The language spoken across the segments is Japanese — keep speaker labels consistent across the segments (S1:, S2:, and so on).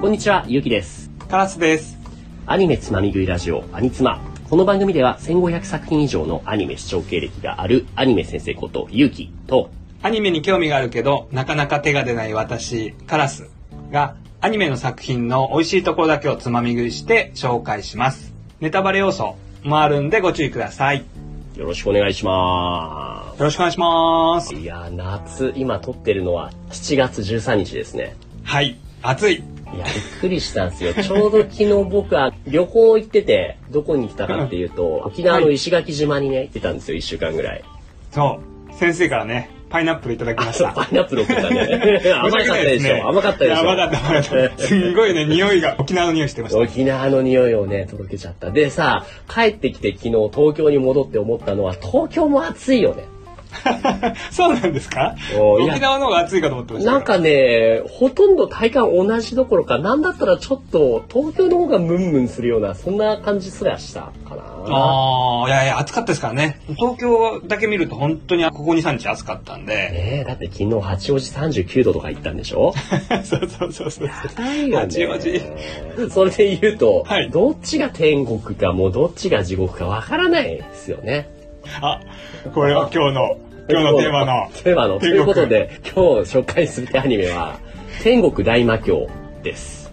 S1: こんにちは、ゆうきです。
S2: カラスです。
S1: アニメつまみ食いラジオ、アニツマ。この番組では1500作品以上のアニメ視聴経歴があるアニメ先生ことゆうきと、
S2: アニメに興味があるけど、なかなか手が出ない私、カラスが、アニメの作品の美味しいところだけをつまみ食いして紹介します。ネタバレ要素もあるんでご注意ください。よ
S1: よろしくお願いしま
S2: ろしくお願いします
S1: す。。いやー、夏、今撮ってるのは7月13日ですね。
S2: はい、暑い。
S1: いや、びっくりしたんです よ。ちょうど昨日僕は旅行行ってて、どこに来たかっていうと、沖縄の石垣島にね、行ってたんですよ、1週間ぐらい。
S2: そう、先生からね、パイナップルいただきま
S1: あ、
S2: し
S1: そう、
S2: た。
S1: パイナップル送 ったね。甘かったでしょ。甘かったでしょ。
S2: 甘かった、甘かった。すんご いね、匂いが、沖縄の匂いしてました。
S1: 沖縄の匂いをね、届けちゃった。でさ、帰ってきて昨日東京に戻って思ったのは、東京も暑いよね。
S2: そうなんですか
S1: おーいや
S2: 沖縄の方が暑いかと思ってましたけど。
S1: なんかね、ほとんど体感同じどころか、なんだったらちょっと東京の方がムンムンするような、そんな感じすらしたかな。
S2: ああ、いやいや、暑かったですからね。東京だけ見ると本当にここ2、3日暑かったんで。
S1: ねえ、だって昨日八王子39度とか行ったんでしょ
S2: そうそうそうそう。
S1: 高いよね
S2: 八王
S1: それで言うと、
S2: はい
S1: どっちが天国かもうどっちが地獄かわからないですよね。
S2: あ、これは今日の、今日のテーマの。
S1: テーマの。とい
S2: 天国
S1: うことで、今日紹介するアニメは、天国大魔教です。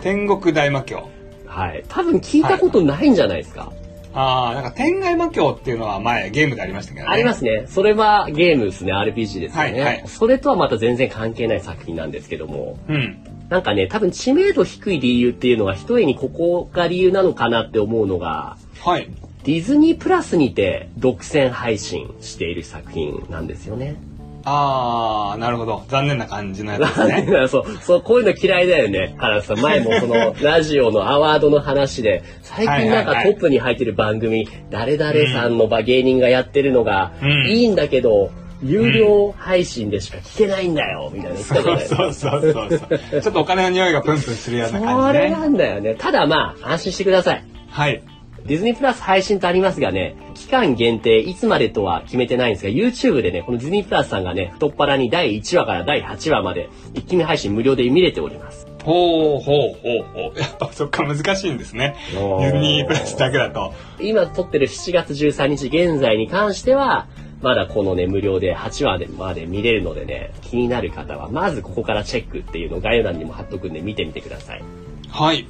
S2: 天国大魔教。
S1: はい。多分聞いたことないんじゃないですか。
S2: ああ、なんか天外魔教っていうのは前ゲームでありましたけどね。
S1: ありますね。それはゲームですね。RPG ですよね、
S2: はいはい
S1: それとはまた全然関係ない作品なんですけども。
S2: うん。
S1: なんかね、多分知名度低い理由っていうのは、一重にここが理由なのかなって思うのが、
S2: はい。
S1: ディズニープラスにて独占配信している作品なんですよね。
S2: ああ、なるほど。残念な感じのやつです
S1: なん
S2: ね。
S1: だ そう、そう、こういうの嫌いだよね。原田さん、前もその、ラジオのアワードの話で、最近なん
S2: はい
S1: か
S2: はい
S1: ト
S2: はい
S1: ップに入ってる番組、誰々さんのば芸人がやってるのが
S2: う、ん
S1: いいんだけど、有料配信でしか聞けないんだよ、みたいな言ってたじゃ
S2: そ
S1: な
S2: う
S1: いですか。
S2: そうそうそう。ちょっとお金の匂いがプンプンするような
S1: そ
S2: 感じ
S1: れ
S2: ね。
S1: なんだよね。ただまあ、安心してください。
S2: はい。
S1: ディズニープラス配信とありますがね、期間限定、いつまでとは決めてないんですが、YouTube でね、このディズニープラスさんがね、太っ腹に第1話から第8話まで、一気見配信無料で見れております。
S2: ほうほうほうほう。やっぱそっか難しいんですね。デ
S1: おー
S2: ィズニープラスだけだと。
S1: 今撮ってる7月13日現在に関しては、まだこのね、無料で8話まで見れるのでね、気になる方は、まずここからチェックっていうのを概要欄にも貼っとくんで見てみてください。
S2: はい。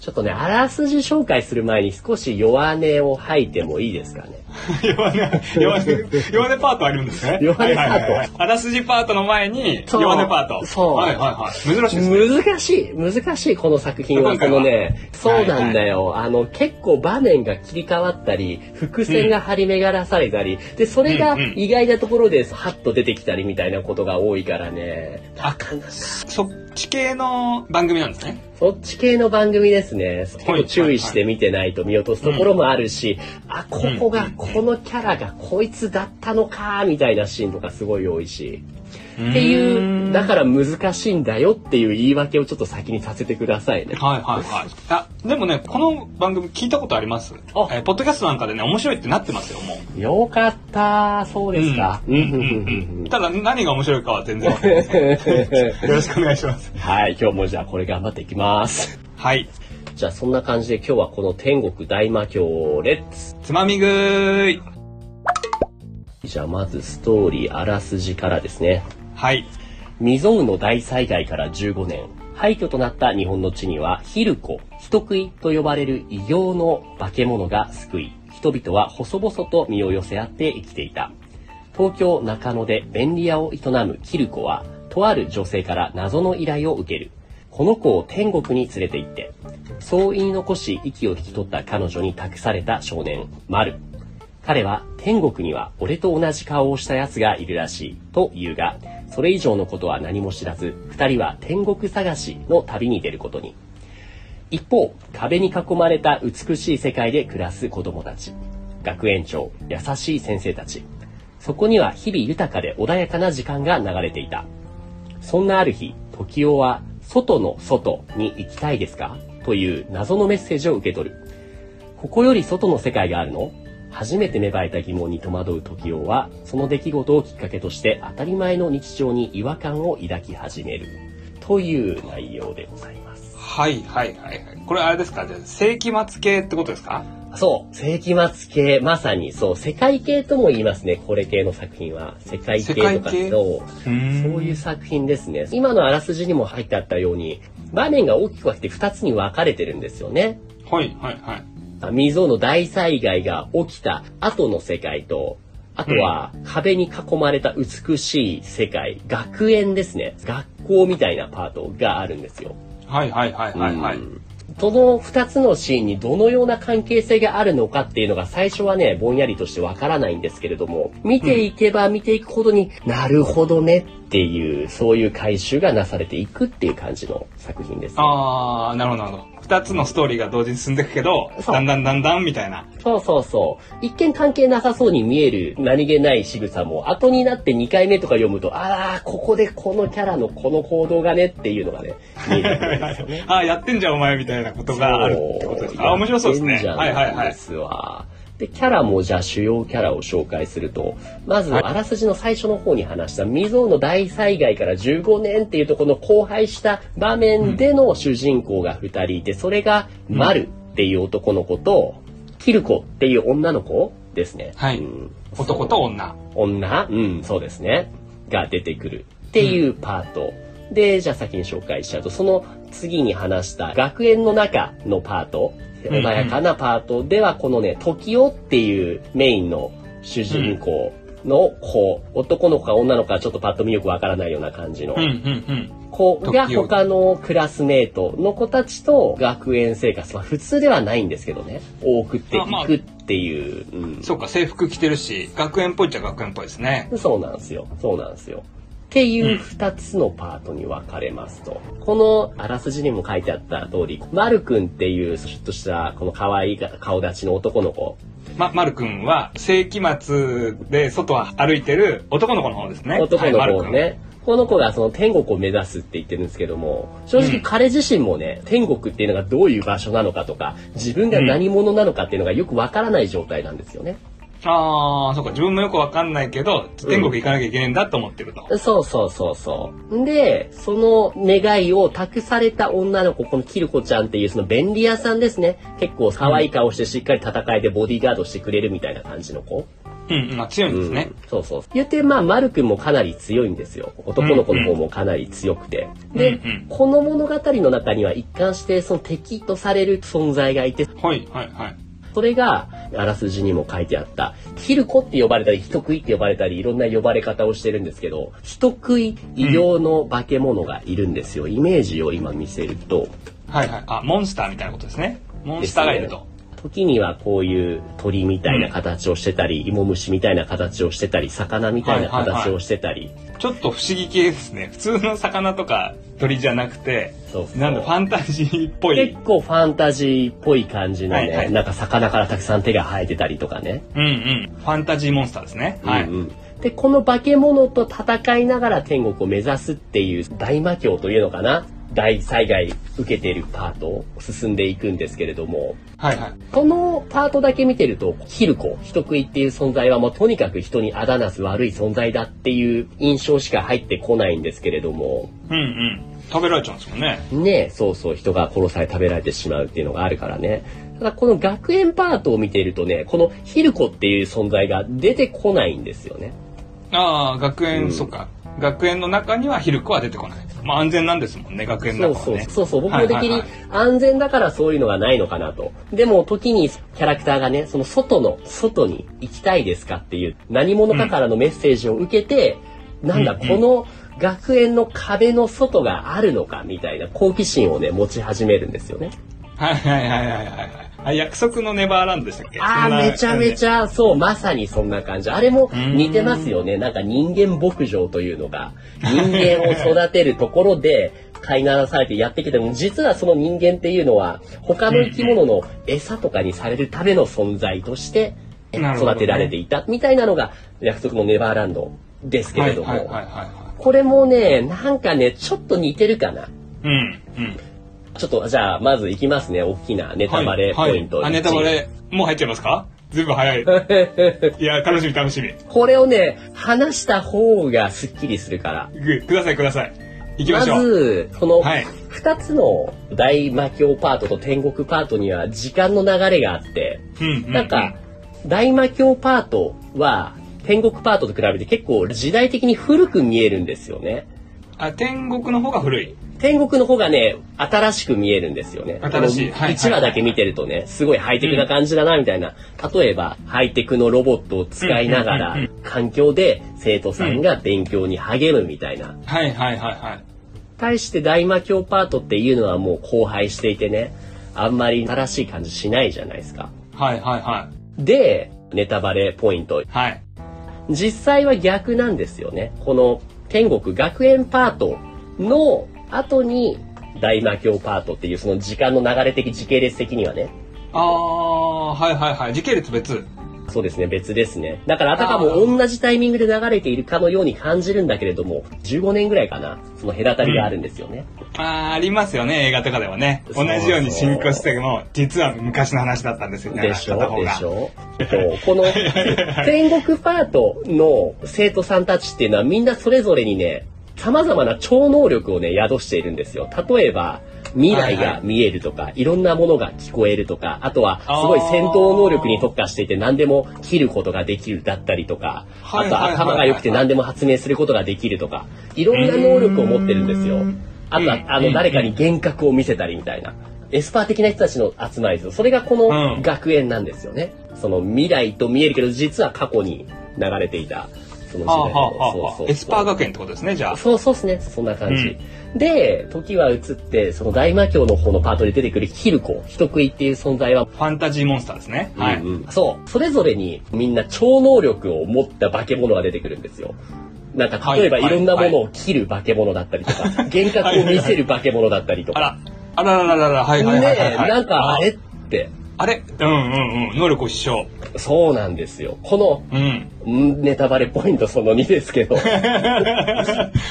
S1: ちょっとね、あらすじ紹介する前に少し弱音を吐いてもいいですかね。
S2: 弱音、弱 音、弱音パートあるんですね。
S1: 弱音パート
S2: はいはいはいあらすじパートの前に、
S1: そう
S2: 弱音パート。
S1: そう
S2: はいはいはい。珍しいですね。
S1: 難しい難しいこの作品は
S2: 今
S1: こ
S2: 回は
S1: のねそうなんだよ、あの結構場面が切り替わったり伏線が張り巡らされたり、でそれが
S2: うんうん
S1: 意外なところでハッと出てきたりみたいなことが多いからねなかなか
S2: そっち系の番組なんですね。
S1: そっち系の番組ですね結構注意して見てないと見落とすところもあるし、あここがこのキャラがこいつだったのかみたいなシーンとかすごい多いし。
S2: っ
S1: っていう、だから難しいんだよっていう言い訳をちょっと先にさせてくださいね。
S2: はいはいはい。あ、でもね、この番組聞いたことあります。
S1: あ
S2: えーポッドキャストなんかでね、面白いってなってますよ、もう。
S1: よかった、そうですか。
S2: うんうんうんうんただ、何が面白いかは全然わ かりません。よろしくお願いします。
S1: はい、今日もじゃあこれ頑張っていきます。
S2: はい。
S1: じゃあそんな感じで今日はこの天国大魔教レッツ。
S2: つまみ食い。
S1: じゃあまずストーリーあらすじからですね。
S2: はい。
S1: 未曾有の大災害から15年、廃墟となった日本の地には、ヒルコ、人食いと呼ばれる異形の化け物が救い、人々は細々と身を寄せ合って生きていた。東京中野で便利屋を営むキルコは、とある女性から謎の依頼を受ける。この子を天国に連れて行って、そう言い残し息を引き取った彼女に託された少年、マル。彼は天国には俺と同じ顔をした奴がいるらしいと言うが、それ以上のことは何も知らず、二人は天国探しの旅に出ることに。一方、壁に囲まれた美しい世界で暮らす子供たち。学園長、優しい先生たち。そこには日々豊かで穏やかな時間が流れていた。そんなある日、時雄は、外の外に行きたいですかという謎のメッセージを受け取る。ここより外の世界があるの初めて芽生えた疑問に戸惑う時雄は、その出来事をきっかけとして当たり前の日常に違和感を抱き始める。という内容でございます。
S2: はいはいはいはい。これあれですかじゃあ、世紀末系ってことですか
S1: そう、世紀末系、まさにそう、世界系とも言いますね、これ系の作品は。世界系と
S2: 世
S1: か
S2: 界系
S1: そう。
S2: そう
S1: そういう作品ですね。今のあらすじにも入ってあったように、場面が大きく分けて2つに分かれてるんですよね。
S2: はいはいはい。
S1: 未曾有の大災害が起きた後の世界と、あとは壁に囲まれた美しい世界、学園ですね。学校みたいなパートがあるんですよ。
S2: はいはいはいはいはい。
S1: うんその2つのシーンにどのような関係性があるのかっていうのが最初はね、ぼんやりとしてわからないんですけれども、見ていけば見ていくほどになるほどねっていう、そういう回収がなされていくっていう感じの作品です、ね。
S2: あー、なるほどなるほど。二つのストーリーが同時に進んでいくけど、
S1: そう
S2: だんだんだんだんみたいな。
S1: そうそうそう。一見関係なさそうに見える何気ない仕草も、後になって2回目とか読むと、あー、ここでこのキャラのこの行動がねっていうのがね、見えてくるんです よね。
S2: あー、やってんじゃんお前みたいなことがあるってことですかあー、面白そうですね。はいはいはい
S1: で。すわ。で、キャラもじゃあ主要キャラを紹介すると、まず、
S2: はい
S1: あらすじの最初の方に話した、未曾有の大災害から15年っていうとこの荒廃した場面での主人公が2人いて、それが、マルっていう男の子と、キルコっていう女の子ですね。
S2: はい
S1: うん
S2: 男と女。
S1: 女うん、そうですね。が出てくるっていうパート。で、じゃあ先に紹介しちゃうと、その次に話した学園の中のパート、
S2: うんうん
S1: 穏やかなパートでは、このね、時代っていうメインの主人公の子、男の子か女の子かちょっとパッと見よくわからないような感じの
S2: うんうんうん。
S1: 子が
S2: 時代
S1: 他のクラスメイトの子たちと学園生活、まあ普通ではないんですけどね、を送ってい
S2: あまあ
S1: くっていう。うん
S2: そうか、制服着てるし、学園っぽいっちゃ学園っぽいですね。
S1: そうなんですよ。そうなんですよ。っていう二つのパートに分かれますと。このあらすじにも書いてあった通り、マル君っていうちょっとしたこの可愛い顔立ちの男の子
S2: ま、まるくんは、世紀末で外は歩いてる男の子の方ですね。
S1: 男の
S2: はい
S1: 子を。ね、この子がその天国を目指すって言ってるんですけども、正
S2: う
S1: 直
S2: ん
S1: 彼自身もね、天国っていうのがどういう場所なのかとか、自分が何者なのかっていうのがよくわからない状態なんですよね。
S2: ああ、そうか、自分もよくわかんないけど、天国行かなきゃいけないんだと思ってると。
S1: そうそうそうそう。で、その願いを託された女の子、このキルコちゃんっていうその便利屋さんですね。結構可愛い顔してしっかり戦いでボディーガードしてくれるみたいな感じの子。
S2: うん、うん、まあ強いんですね。
S1: うんそうそう。言って、まあ、マル君もかなり強いんですよ。男の子の方もかなり強くて。
S2: うん
S1: で、
S2: うんうん
S1: この物語の中には一貫してその敵とされる存在がいて、
S2: はい、はい、はい。
S1: それが、あらすじにも書いてあった、キルコって呼ばれたり、人食いって呼ばれたり、いろんな呼ばれ方をしてるんですけど、人食い異様の化け物がいるんですよ。イメージを今見せると、
S2: はい、はい。あ、モンスターみたいなことですね。モンスターがいると。
S1: 時にはこういう鳥みたいな形をしてたり、芋虫みたいな形をしてたり、魚みたいな
S2: はいはいはい
S1: 形をしてたり、
S2: ちょっと不思議系ですね。普通の魚とか鳥じゃなくて、
S1: そうそう
S2: なんだ、ファンタジーっぽい
S1: 結。構ファンタジーっぽい感じのね、
S2: はいはい
S1: なんか魚からたくさん手が生えてたりとかね。
S2: うんうん。ファンタジーモンスターですね。はい。
S1: うんうんで、この化け物と戦いながら天国を目指すっていう大魔教というのかな大災害受けているパートを進んでいくんですけれども、
S2: はいはい。
S1: このパートだけ見てると、ヒルコ、人食いっていう存在はもうとにかく人にあだなす悪い存在だっていう印象しか入ってこないんですけれども、
S2: うんうん。食べられちゃうんですもんね。
S1: ねえ、そうそう、人が殺され食べられてしまうっていうのがあるからね。ただこの学園パートを見ているとね、このヒルコっていう存在が出てこないんですよね。
S2: ああ、学
S1: う
S2: 園、
S1: ん
S2: そっか。学園の中にはヒルクは出てこない。まあ安全なんですもんね、学園
S1: そ
S2: の
S1: う
S2: 中
S1: そ
S2: は
S1: う
S2: ね。
S1: そうそう僕も的
S2: はいはい
S1: に
S2: はい
S1: 安全だからそういうのがないのかなとでも時にキャラクターがねその外の外に行きたいですかっていう何者かからのメッセージを受けて、なんだ
S2: うん
S1: こ
S2: うん
S1: の学園の壁の外があるのかみたいな好奇心をね持ち始めるんですよね
S2: はいはいはいはいはいはい。あ約束のネバーランドでしたっけ
S1: ああめちゃめ
S2: ゃ。
S1: ちゃそうまさにそんな感じあれも
S2: ん
S1: 似てますよねなんか人間牧場というのが人間を育てるところ で飼いならされてやってきても実はその人間っていうのは他の生き物の餌とかにされるための存在としてえ
S2: なるほどね
S1: 育てられていたみたいなのが約束のネバーランドですけ
S2: は
S1: れ
S2: い
S1: ど
S2: はいはいはい
S1: も
S2: は。
S1: これもねなんかねちょっと似てるかない
S2: うんうん。
S1: ちょっとじゃあまずいきますね大きなネタバレポイント
S2: はいはいあ、ネタバレ、もう入っちゃいますか全部 早い。いや、楽しみ楽しみ。
S1: これをね、話した方がスッキリするから。
S2: ぐ、くださいください。行きましょう。
S1: ず、この
S2: はい。
S1: 二つの大魔教パートと天国パートには時間の流れがあって、
S2: うんうう
S1: なんか、、大魔教パートは天国パートと比べて結構時代的に古く見えるんですよね。
S2: あ、天国の方が古い。
S1: 天国の方がね、新しく見えるんですよね。
S2: 新しいはい
S1: 1話だけ見てるとね、すごいハイテクな感じだな、みたいな。例えば、ハイテクのロボットを使いなが
S2: うんうん
S1: ら
S2: う、
S1: 環境で生徒さんが勉強に励むみたいな。
S2: はいはいはいはい。
S1: 対して大魔教パートっていうのはもう荒廃していてね、あんまり新しい感じしないじゃないですか。
S2: はいはいは
S1: で、ネタバレポイント
S2: い。。はい。
S1: 実際は逆なんですよね。この天国学園パートの後に大魔教パートっていうその時間の流れ的時系列的にはね、
S2: あー、はいはいはい。時系列別。
S1: そうですね、別ですね。だからあたかも同じタイミングで流れているかのように感じるんだけれども、15年ぐらいかな、その隔たりがあるんですよね。
S2: あー、ありますよね。映画とかでもね。
S1: そ
S2: 同
S1: う
S2: じように進行しても、実は昔の話だったんですよね。
S1: でしょ
S2: 片方
S1: で
S2: が
S1: しょそうこ の天国パートの生徒さんたちっていうのはみんなそれぞれにね、様々な超能力をね、宿しているんですよ。例えば、未来
S2: はいは
S1: が
S2: い
S1: 見えるとか、いろんなものが聞こえるとか、あとは、すごい戦闘能力に特化していて、何でも切ることができるだったりとか、
S2: は
S1: あ
S2: い
S1: と
S2: はいはいはい
S1: 頭が良くて何でも発明することができるとか、いろんな能力を持ってるんです
S2: う
S1: よ
S2: ーん。
S1: あとは
S2: う、ん
S1: あ
S2: う
S1: の、
S2: ん
S1: 誰かに幻覚を見せたりみたいな。エスパー的な人たちの集まりですよ。それがこ
S2: うん
S1: の学園なんですよね。その未来と見えるけど、実は過去に流れていた、その時
S2: はあは
S1: 代
S2: あはあ
S1: の。
S2: はあ。エスパー
S1: が。
S2: 学園ってことですね、じゃあ。
S1: そうそうですね。そんな感じ。で、時は移って、その大魔教の方のパートで出てくるヒルコ、人食いっていう存在は、
S2: ファンタジーモンスターですね。はい。
S1: うんうんそう、それぞれにみんな超能力を持った化け物が出てくるんですよ。なんか、例えば
S2: はい
S1: い
S2: はい
S1: ろんなものを切る化け物だったりとか、幻覚を見せる化け物だったりと
S2: あ
S1: か。
S2: ら、あららららら、はい
S1: ね
S2: はいはいはい
S1: え、
S2: はい。
S1: なんか、
S2: あ
S1: あれって、
S2: あれうんうんうん。能力を一緒。
S1: そうなんですよ。この、
S2: うん。
S1: んネタバレポイントその2ですけど、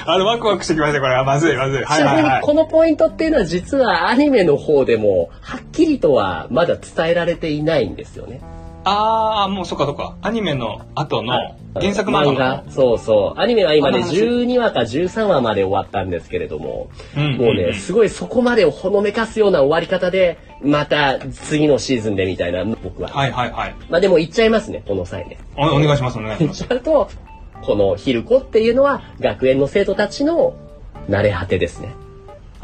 S2: あの、ワクワクしてきました、これ。あまずい、まずい。は
S1: ち
S2: い
S1: な
S2: は
S1: み
S2: いは
S1: に
S2: い。
S1: このポイントっていうのは実はアニメの方でもはっきりとはまだ伝えられていないんですよね。
S2: あー、もうそっかそっか。アニメの後の原作漫
S1: 漫
S2: 画
S1: 画。そうそう。アニメは今ね
S2: あの話
S1: 12話か13話まで終わったんですけれども、
S2: の。ん
S1: もうね、すごいそこまでをほのめかすような終わり方で、また次のシーズンでみたいな、僕は。
S2: はいはいはい。
S1: まあでも言っちゃいますね、この際ね。
S2: おお願いします、お願いし
S1: 言
S2: ま
S1: っ ち
S2: す。
S1: ゃうと、このヒルコっていうのは学園の生徒たちの慣れ果てですね。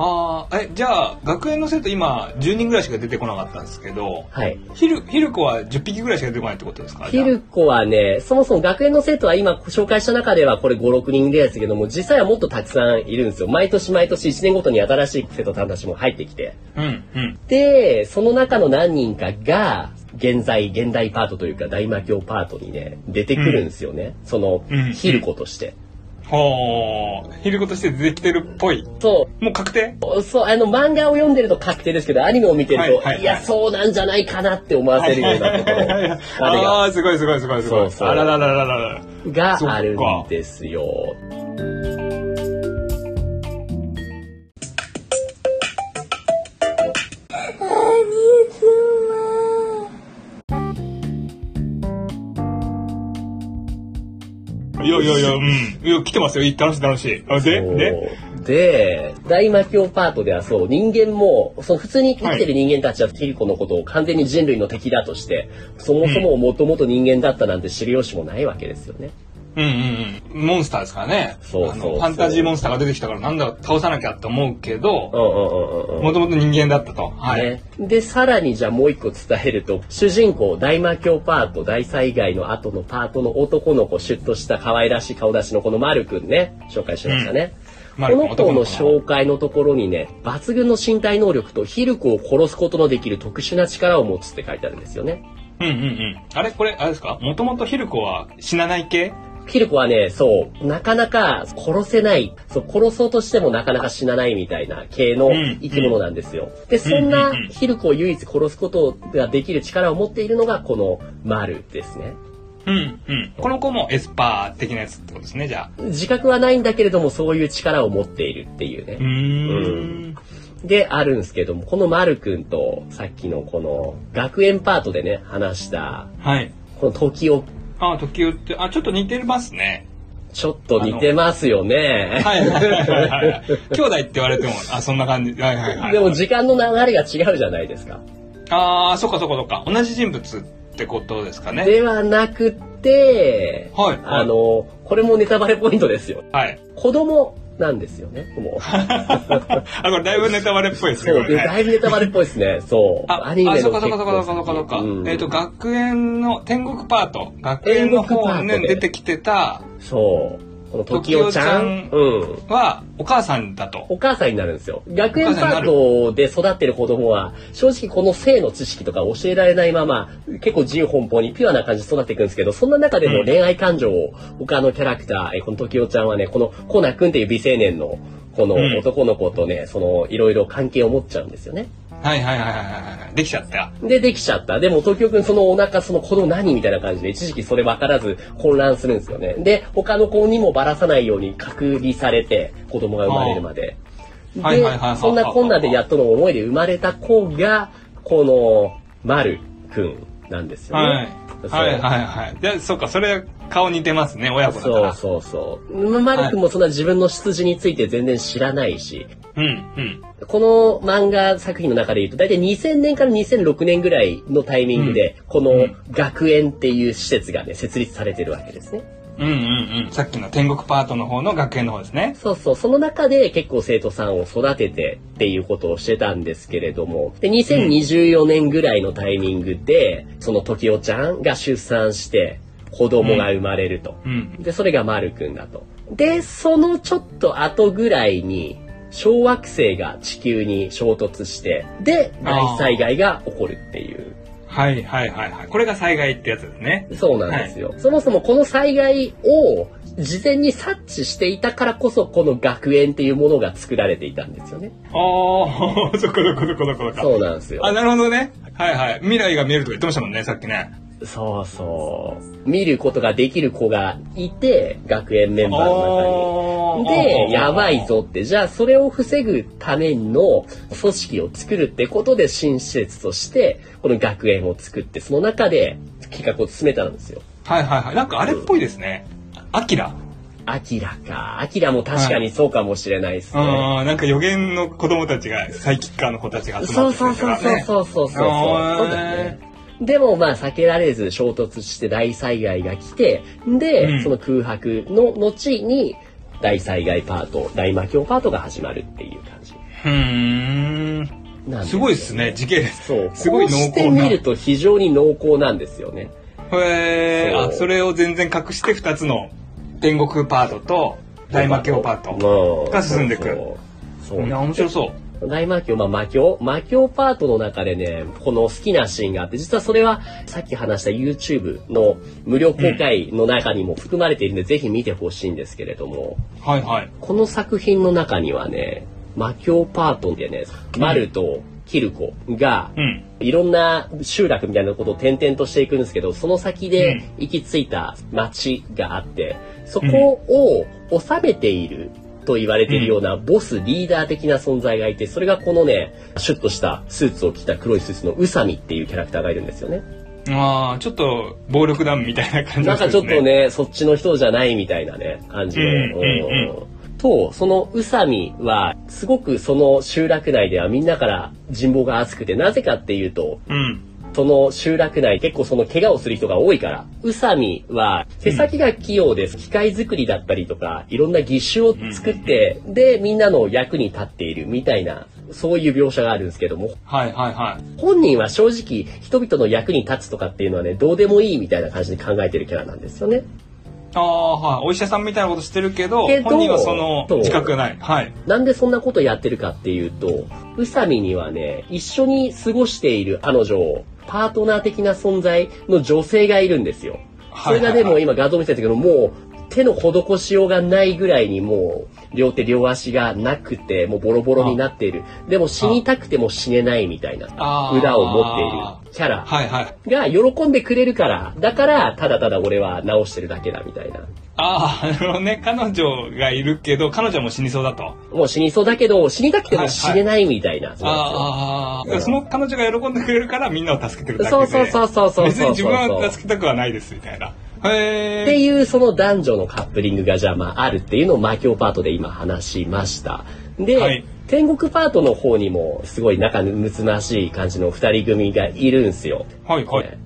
S2: あー、え、じゃあ、学園の生徒今、10人ぐらいしか出てこなかったんですけど、
S1: はい。
S2: ヒル、ヒルコは10匹ぐらいしか出てこないってことですか
S1: ヒルコはね、そもそも学園の生徒は今紹介した中ではこれ5、6人でですけども、実際はもっとたくさんいるんですよ。毎年毎年1年ごとに新しい生徒さんたちも入ってきて。
S2: うん、うん。
S1: で、その中の何人かが、現在、現代パートというか大魔教パートにね、出てくるんですよね。その
S2: うん、
S1: ヒルコとして。
S2: ほー、ヒルコとして出てきてるっぽい。
S1: そう、
S2: もう確定
S1: そう、あの、漫画を読んでると確定ですけど、アニメを見てると、
S2: はい
S1: い
S2: はいはい
S1: や、そうなんじゃないかなって思わせるようなところあれ
S2: ああー、すごいすごいすごいすごい。
S1: そうそう
S2: あらららららら。
S1: が
S2: そっ
S1: が
S2: か
S1: あるんですよ。
S2: いやいやいや、うん。いや、来てますよ。いい楽しい楽しい。あで、で、
S1: そうで、大魔教パートではそう、人間も、その普通に生きてる人間たちはキリコのことを完全に人類の敵だとして、そもそももともと人間だったなんて知る由もないわけですよね。
S2: うんうんうん。モンスターですからね。
S1: そうそうそう
S2: あのファンタジーモンスターが出てきたからなんだろう倒さなきゃって思うけど
S1: う、んうんうんうんうん。
S2: もともと人間だったと。はい。
S1: ね、でさらにじゃあもう一個伝えると主人公大魔教パート大災害の後のパートの男の子シュッとした可愛らしい顔出しのこのマルくんね紹介しましたね、
S2: うんマル
S1: こ
S2: くん
S1: の子の
S2: 男の
S1: 紹介のところにね抜群の身体能力とヒルコを殺すことのできる特殊な力を持つって書いてあるんですよね
S2: うんうんうん。あれこれ、あれですかもともとヒルコは死なない系
S1: ヒルコはね、そう、なかなか殺せない、そう殺そうとしてもなかなか死なないみたいな系の
S2: うん
S1: 生き物なんですよ。で、そんな
S2: うんうんうん
S1: ヒルコを唯一殺すことができる力を持っているのが、このマルですね。
S2: うんうん。この子もエスパー的なやつってことですね、じゃあ。
S1: 自覚はないんだけれども、そういう力を持っているっていう
S2: うー
S1: ね。
S2: ん。
S1: で、あるんですけども、このマル君と、さっきのこの、学園パートでね、話した、
S2: はい。
S1: この時を
S2: あ、時計って、あ、ちょっと似てますね。
S1: ちょっと似てますよね。
S2: はい はいはいはいはい。兄弟って言われても、あ、そんな感じ。はいはいはい。
S1: でも時間の流れが違うじゃないですか。
S2: ああ、そっかそっかそっか。同じ人物ってことですかね。
S1: ではなくて、
S2: はいはい
S1: あの、これもネタバレポイントですよ。
S2: はい。
S1: 子供なんですよね、 もう。
S2: あ、これだいぶネタバレっぽいですね。
S1: そう、
S2: これ
S1: で
S2: ね
S1: だいぶネタバレっぽいですね。そう。
S2: あ、
S1: アニメ
S2: あそ
S1: の
S2: っかそっ
S1: 結
S2: かそっかそっかそっかそ
S1: 構
S2: っか。
S1: うん
S2: えっ、と、学園の、天国パート。学園の方に、
S1: 天国パートで
S2: 出てきてた
S1: そう。この時代ちゃん
S2: 時代ちゃん
S1: うん。
S2: は、お母さんだと。
S1: お母さんになるんですよ。学園パートで育ってる子供は、正直この性の知識とか教えられないまま、結構自由奔放にピュアな感じで育っていくんですけど、そんな中で
S2: う
S1: も
S2: ん
S1: 恋愛感情を、他のキャラクター、えこの時代ちゃんはね、このコナくんっていう美青年の、この
S2: うん
S1: 男の子とね、その、いろいろ関係を持っちゃうんですよね。
S2: はいはいはいはいはい。できちゃった。
S1: で、できちゃった。でも、東京くん、そのお腹、その子供何みたいな感じで、一時期それ分からず混乱するんですよね。で、他の子にもばらさないように隔離されて、子供が生まれるまで。で
S2: はいはいはいはい、
S1: そんなこんなでやっとの思いで生まれた子が、この、まるくんなんですよね。
S2: はい。
S1: そう
S2: はいはいはい。で、そっか、それ顔似てますね、親子だか
S1: そう
S2: ら。
S1: そうそう。まるくんもそんな自分の出自について全然知らないし、
S2: うん、うん。
S1: この漫画作品の中で言うと、大体2000年から2006年ぐらいのタイミングで、こ
S2: う
S1: の
S2: ん
S1: 学園っていう施設がね、設立されてるわけですね。
S2: うんうんうん。さっきの天国パートの方の学園の方ですね。
S1: そうそう、その中で結構生徒さんを育ててっていうことをしてたんですけれども、で、2024年ぐらいのタイミングで、その時代ちゃんが出産して、子供が生まれると。
S2: うん。
S1: で、それがマル君だと。で、そのちょっと後ぐらいに、小惑星が地球に衝突して、で、大災害が起こるっていう。
S2: はいはいはいはい。これが災害ってやつですね。
S1: そうなんですよ。そもそもこの災害を事前に察知していたからこそ、この学園っていうものが作られていたんですよね。
S2: ああ、 そこどこどこどこどこ。
S1: そうなんですよ
S2: あ、。なるほどね。はいはい。未来が見えるとか言ってましたもんね、さっきね。
S1: そうそう。見ることができる子がいて、学園メンバーの中に。
S2: お
S1: で、やばい。ぞって、じゃあそれを防ぐための組織を作るってことで新施設として、この学園を作って、その中で企画を進めたんですよ。
S2: はいはいはい。なんかあれっぽいですね。アキラ。
S1: アキラか。アキラも確かにそうかもしれないですね。
S2: あーなんか予言の子供たちが、サイキッカーの子たちが集ま
S1: そう
S2: ってく
S1: そう
S2: るか
S1: そう
S2: ら
S1: そう
S2: ね。
S1: そうそうそう。そうだね。でもまあ避けられず衝突して大災害が来て、で、
S2: うん
S1: その空白の後に大災害パート、大魔境パートが始まるっていう感じ
S2: うーん。
S1: なんです
S2: す
S1: よ
S2: ごいですね、時系列。
S1: そう。
S2: すごい濃厚な
S1: こうして見ると非常に濃厚なんですよね。
S2: へえ。
S1: そう
S2: あ、それを全然隠して2つの天国パートと大魔教パート。
S1: ト
S2: が進んでくる
S1: そう。
S2: い
S1: そ
S2: や、面白そう。
S1: う大魔教、まあ魔教、魔教パートの中でね、この好きなシーンがあって、実はそれはさっき話した YouTube の無料公開の中にも含まれているんで、ぜひ見てほしいんですけれども、
S2: はいはい。
S1: この作品の中にはね、魔教パートでね、マルとキルコが
S2: うん。
S1: いろんな集落みたいなことを転々としていくんですけど、その先で行き着いた町があって、そこを治めていると言われているようなボスリーダー的な存在がいて、それがこのね、シュッとしたスーツを着た黒いスーツの宇佐美っていうキャラクターがいるんですよね。
S2: ああ、ちょっと暴力団みたいな感じ
S1: な
S2: で
S1: ん
S2: すね。
S1: かちょっと。ね、そっちの人じゃないみたいなね、感じの。
S2: うんうん
S1: うんと、その宇佐美は、すごくその集落内ではみんなから人望が厚くて、なぜかっていうと、
S2: うん。
S1: その集落内結構その怪我をする人が多いから、宇佐美は手先が器用です。機械作りだったりとか、いろんな義手を作って、で、みんなの役に立っているみたいな、そういう描写があるんですけども、
S2: はいはいはい。
S1: 本人は正直人々の役に立つとかっていうのはね、どうでもいいみたいな感じで考えてるキャラなんですよね。
S2: ああ、はい。お医者さんみたいなことしてるけど、
S1: けど
S2: 本人はその
S1: そう
S2: 自覚がない。はい。
S1: なんでそんなことやってるかっていうと、宇佐美にはね、一緒に過ごしている彼女、パートナー的な存在の女性がいるんですよ。それがで
S2: はい
S1: も
S2: はいは
S1: 今
S2: い
S1: 画像見せたけど、もう手の施しようがないぐらいにもう両手両足がなくて、もうボロボロになっている。でも死にたくても死ねないみたいな
S2: あー
S1: 裏を持っているキャラ
S2: はいは
S1: が
S2: い。
S1: 喜んでくれるから、だからただただ俺は直してるだけだみたいな。
S2: ああ、なるほどね。彼女がいるけど、彼女も死にそうだと。
S1: もう死にそうだけど、死にたくても死ねないみたいな。そうなんですよ
S2: ああ、その彼女が喜んでくれるからみんなを助けてるだけで。
S1: そうそうそうそうそうそうそう
S2: 別に自分は助けたくはないですみたいな。へ
S1: って
S2: え。
S1: いうその男女のカップリングがじゃあまああるっていうのを魔境パートで今話しました。で、
S2: はい
S1: 天国パートの方にもすごい仲睦ましい感じの二人組がいるんすよ。
S2: はいはい。
S1: ね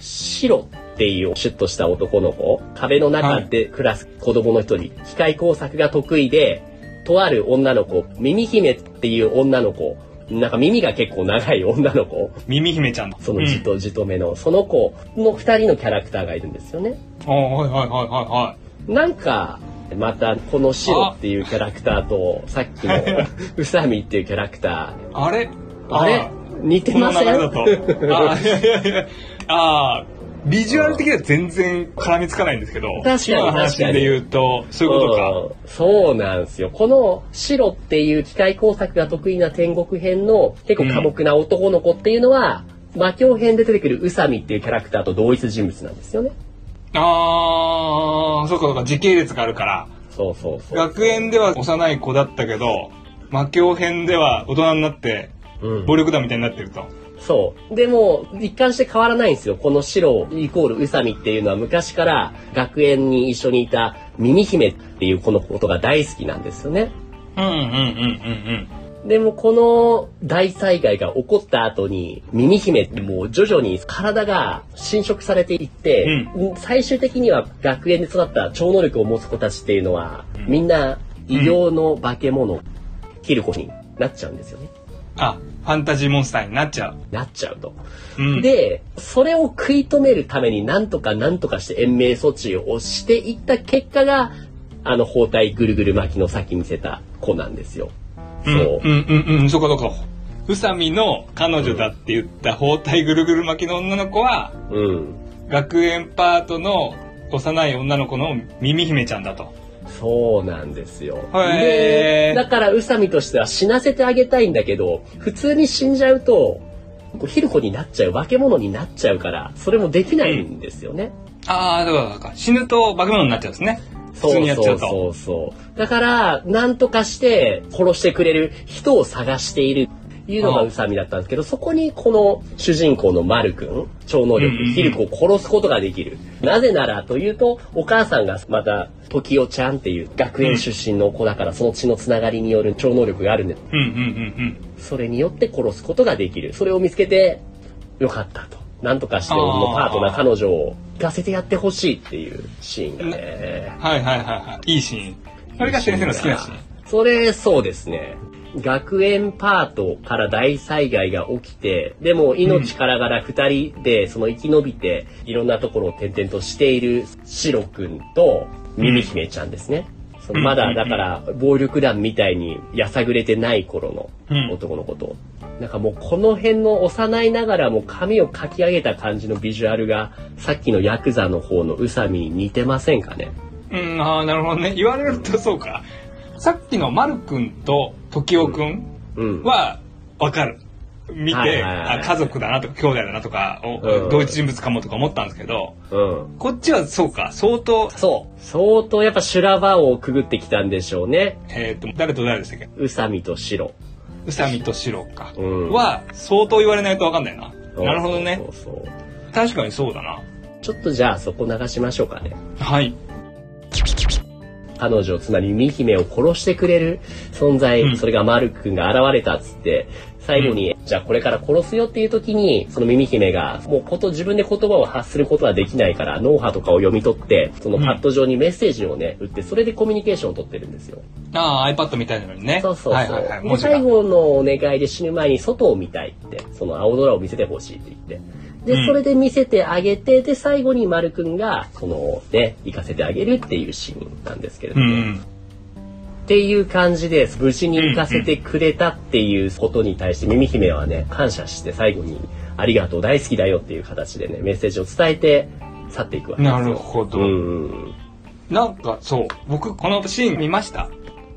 S1: 白っていうシュッとした男の子壁の中で暮らす子供の一人、機械工作が得意でとある女の子耳姫っていう女の子なんか耳が結構長い女の子
S2: 耳姫ちゃんだ。
S1: そのじ
S2: うん。
S1: とじとめの、その子の二人のキャラクターがいるんですよね
S2: あはいはいはいはいは
S1: なんかまたこの白っていうキャラクターとさっきの宇佐美っていうキャラクタ
S2: い。あれ
S1: ーあれ似て
S2: この
S1: ま
S2: 流
S1: せ
S2: れ
S1: ん
S2: だと。あーいやいやいや。あービジュアル的には全然絡みつかないんですけど、
S1: 確かに
S2: 今の話で言うと、そういうことか。
S1: うんそうなんですよ。この白っていう機械工作が得意な天国編の結構寡黙な男の子っていうのは、魔境編で出てくる宇佐美っていうキャラクターと同一人物なんですよね。
S2: ああ、そうかそうか、時系列があるから。
S1: そうそうそう。
S2: 学園では幼い子だったけど、魔境編では大人になって、
S1: うん
S2: 暴力団みたいになってると。
S1: そう。でも、一貫して変わらないんですよ。この白イコール宇佐美っていうのは昔から学園に一緒にいた耳姫っていうこのことが大好きなんですよね。
S2: うんうんうんうん
S1: でもこの大災害が起こった後に、耳姫ってもう徐々に体が侵食されていって、最終的には学園で育った超能力を持つ子たちっていうのは、
S2: うん
S1: みんな異様の化け物、キルコになっちゃうんですよね。
S2: うん。あ、ファンタジーモンスターになっちゃう。
S1: なっちゃうと。
S2: うん。
S1: で、それを食い止めるためになんとかなんとかして延命措置をしていった結果が、あの包帯ぐるぐる巻きの先見せた子なんですよ。
S2: うん、
S1: そう。
S2: うんうんうん、そこどこ。宇佐美の彼女だって言った包帯ぐるぐる巻きの女の子は、
S1: うん。
S2: 学園パートの幼い女の子の耳姫ちゃんだと。
S1: そうなんですよ。
S2: へ
S1: で
S2: ー
S1: だから宇佐美としては死なせてあげたいんだけど普通に死んじゃうとこうヒルコになっちゃう化け物になっちゃうからそれもできないんですよね。
S2: ああ、だからだから死ぬと化け物になっちゃうんですね。普
S1: そう
S2: 通にやっち
S1: そ
S2: ゃ
S1: う
S2: うと。
S1: そうそう。だからなんとかして殺してくれる人を探している。いうのが
S2: ああ
S1: 宇佐美だったんですけど、そこにこの主人公のマル君、超能力
S2: うんうんうん、
S1: ヒルコを殺すことができる。なぜならというと、お母さんがまた、時代ちゃんっていう学園出身の子だから、その血のつながりによる超能力があるんで、
S2: うんうんうん
S1: それによって殺すことができる。それを見つけて、よかったと。なんとかして、
S2: ああ
S1: 俺のパートナー彼女を行かせてやってほしいっていうシーンがね
S2: う。ん。はいはいはいはい。いいシーン。それが先生の好きなシーン。
S1: それ、そうですね。学園パートから大災害が起きて、でも命からがら2人でその生き延びて、いろんなところを転々としているシロくんと耳姫ちゃんですね。そのまだだから暴力団みたいにやさぐれてない頃
S2: うん
S1: の男の子と、なんかもうこの辺の幼いながらも髪をかき上げた感じのビジュアルがさっきのヤクザの方の宇佐美に似てませんかね。
S2: うん、ああ、なるほどね。言われるとそうか。さっきの丸くんと時雄くん
S1: うん。
S2: は、わかる。見て、
S1: はいはいはい
S2: あ、家族だなとか、兄弟だなとか、
S1: う
S2: お
S1: ん
S2: 同一人物かもとか思ったんですけど、
S1: うん。
S2: こっちはそうか、相当、
S1: そう。相当やっぱ修羅場をくぐってきたんでしょうね。
S2: えっ、と、誰と誰でしたっけ
S1: 宇佐美と白。
S2: 宇佐美とシロか。
S1: うん
S2: は、相当言われないとわかんないな。
S1: そう
S2: なるほどね。
S1: そうそうそう
S2: 確かにそうだな。
S1: ちょっとじゃあそこ流しましょうかね。
S2: はい。
S1: 彼女、つまり美姫を殺してくれる存在、
S2: うん
S1: それがマル君が現れたっつって、最後に、じゃあこれから殺すよっていう時に、そのミミ姫が、もうこと、自分で言葉を発することはできないから、脳波とかを読み取って、そのパッド上にメッセージをね、打って、それでコミュニケーションを取ってるんですよ。
S2: ああ、iPad みたいなのにね。
S1: そうそうそう。
S2: はいはいはい。
S1: で
S2: 文字
S1: 最
S2: が。
S1: 後のお願いで死ぬ前に外を見たいって、その青空を見せてほしいって言って。
S2: う
S1: で、
S2: ん
S1: それで見せてあげて、で、最後に丸くんが、そのね、行かせてあげるっていうシーンなんですけれ
S2: う
S1: ど
S2: ん
S1: も、
S2: うん。
S1: っていう感じで、無事に行かせてくれたっていうことに対して、ミミ姫はね、感謝して最後に、ありがとう、大好きだよっていう形でね、メッセージを伝えて、去っていくわけですよ。
S2: なるほど。
S1: うんうん。
S2: なんか、そう。僕、このシーン見ました。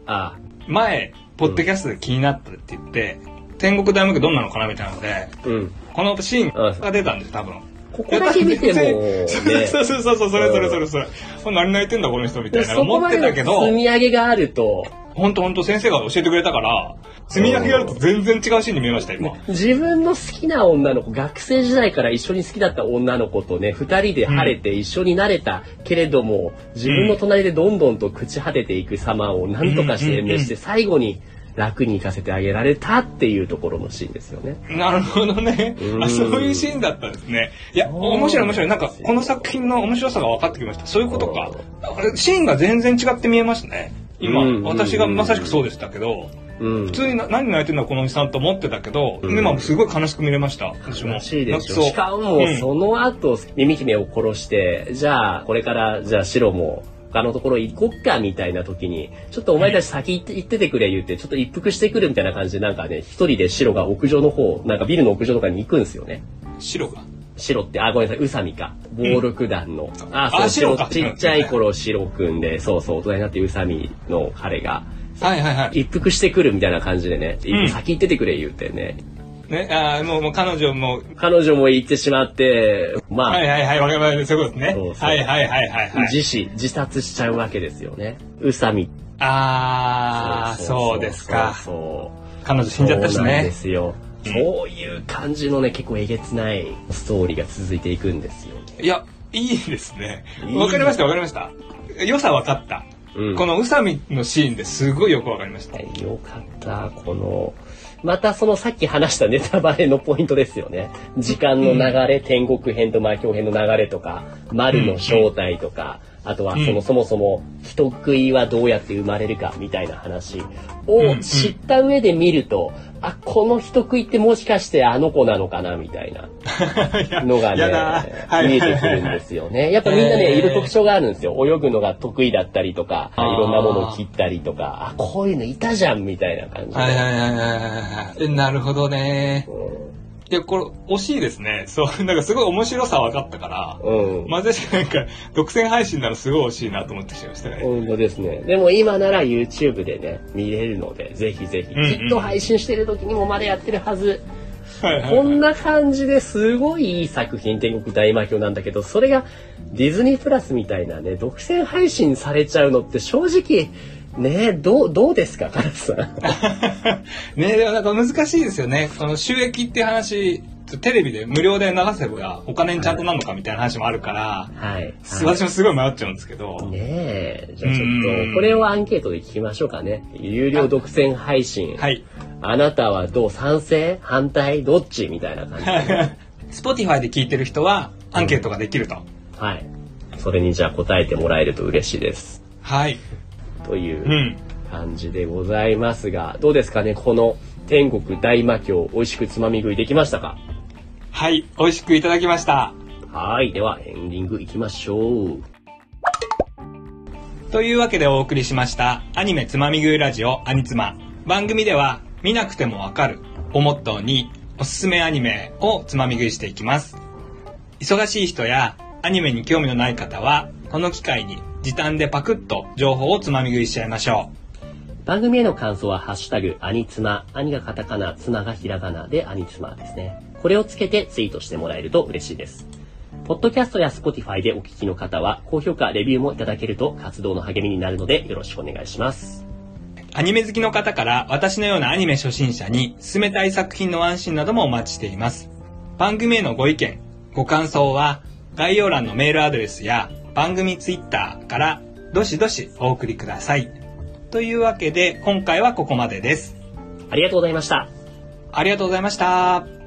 S1: あ
S2: 前、ポッドキャストで気になったって言って、天国大幕どんなのかなみたいなので、
S1: あ、 うん。
S2: このシーンが出たんです、多分。
S1: ここだけ見ても、ね、
S2: そうそうそうそう、それそれそれそれ。何泣いてんだこの人みたい
S1: で
S2: な
S1: そこ
S2: 思っ
S1: ま
S2: て
S1: で
S2: たけど
S1: の、積み上げがあると、
S2: ほんとほんと先生が教えてくれたから、積み上げやると全然違うシーンに見えました、今。
S1: 自分の好きな女の子学生時代から一緒に好きだった女の子とね2人で晴れて一緒になれたけれども、自分の隣でどんどんと朽ち果てていく様を何とかして演明して、最後に楽に行かせてあげられたっていうところのシーンですよね。
S2: なるほどね
S1: う。ん
S2: あ、そういうシーンだったんですね。いや、
S1: そう
S2: 面白い面白い。なんか、この作品の面白さが分かってきました。そういうことか。シーンが全然違って見えましたね。今
S1: うん、
S2: 私がまさしくそうでしたけど、
S1: うん、
S2: 普通にな何泣いてるのはこのおじさんと思ってたけど、
S1: うん
S2: 今すごい悲しく見れました。私も。
S1: らしいでし
S2: 泣きそ
S1: ょ
S2: う
S1: しかも
S2: うん
S1: その後弓姫を殺してじゃあこれからじゃあ白も他のところ行こっかみたいな時にちょっとお前たち先行って行っててくれ言ってちょっと一服してくるみたいな感じでなんかね一人で白が屋上の方なんかビルの屋上とかに行くんですよね。
S2: 白が。
S1: 白って、あ、ごめんなさい、宇佐美か。暴力団の。あ、そう
S2: あ白か
S1: ちっちゃい頃白くんで、そうそう、大人になって宇佐美の彼が、
S2: はいはいはい。
S1: 一服してくるみたいな感じでね、
S2: うん
S1: 先行っててくれ言ってね、
S2: ね、あーもうもう彼女も、
S1: 彼女も行ってしまって、まあ、
S2: はいはいはい、我々そういうことですね
S1: そう。そう
S2: はいはいはいはいはい。
S1: 自死、自殺しちゃうわけですよね。宇佐美。
S2: あー、そうですか。
S1: そう
S2: 彼女死んじゃったし
S1: そうなんで
S2: ね。
S1: すよ。そういう感じのね、結構えげつないストーリーが続いていくんですよ。
S2: いや、いいですね
S1: い。い
S2: わかりましたわかりました。良さわかった。
S1: うん
S2: この宇佐美のシーンですごいよくわかりました。
S1: よかった、この、またそのさっき話したネタバレのポイントですよね。時間の流れ、天国編と魔境編の流れとか、丸の正体とか、あとはその、
S2: うん
S1: そもそも人食いはどうやって生まれるかみたいな話
S2: うんう
S1: を
S2: ん
S1: 知った上で見ると、あ、この人食いってもしかしてあの子なのかなみた いな。のが
S2: やだ
S1: ね、
S2: はい
S1: 見えてくるんですよね。やっぱみんな
S2: え
S1: ね、
S2: ー
S1: いる特徴があるんですよ。泳ぐのが得意だったりとか、い
S2: あー
S1: ろんなものを切ったりとか、あ、こういうのいたじゃんみたいな感じで。
S2: はいはいはいはいはい。えなるほどね。いや、これ、惜しいですね。そう、なんかすごい面白さ分かったから、
S1: うん。
S2: まあ確かになんか、独占配信ならすごい惜しいなと思ってしまいましたね。
S1: 本当ですね。でも今なら YouTube でね、見れるので、ぜひぜひ。
S2: うんうん
S1: きっと配信してる時にもまだやってるはず。
S2: はいはい
S1: こんな感じですごいいい作品、天国大魔教なんだけど、それがディズニープラスみたいなね、独占配信されちゃうのって正直、ねえ、どう、どうですか、カラスさん。
S2: ねでもなんか難しいですよね。その収益っていう話、テレビで無料で流せばお金にちゃんとなるのかみたいな話もあるから、
S1: はい。
S2: す私もすごい迷っちゃうんですけど、
S1: ねえ。じゃあちょ
S2: う
S1: っ
S2: ん
S1: と、これをアンケートで聞きましょうかね。有料独占配信。
S2: はい。
S1: あなたはどう賛成反対どっちみたいな感じで。
S2: Spotify で聞いてる人はアンケートができると。
S1: はい。それにじゃあ答えてもらえると嬉しいです。
S2: はい。。
S1: といううん感じでございますが、どうですかねこの天国大魔教、美味しくつまみ食いできましたか
S2: はい。美味しくいただきました。
S1: はい。では、エンディングいきましょう。
S2: というわけでお送りしましたアニメつまみ食いラジオアニツマ番組では見なくてもわかるをモットーにおすすめアニメをつまみ食いしていきます忙しい人やアニメに興味のない方はこの機会に時短でパクッと情報をつまみ食いしちゃいましょ
S1: 番組への感想は、ハッシュタグ、アニツマ、アニがカタカナ、ツナがひらがなでアニツマですね。これをつけてツイートしてもらえると嬉しいです。ポッドキャストや Spotify でお聞きの方は、高評価、レビューもいただけると活動の励みになるので、よろしくお願いします。
S2: うアニメ好きの方から私のようなアニメ初心者に勧めたい作品のワンシーンなどもお待ちしています番組へのご意見ご感想は概要欄のメールアドレスや番組ツイッターからどしどしお送りくださいというわけで今回はここまでです
S1: ありがとうございました。
S2: ありがとうございました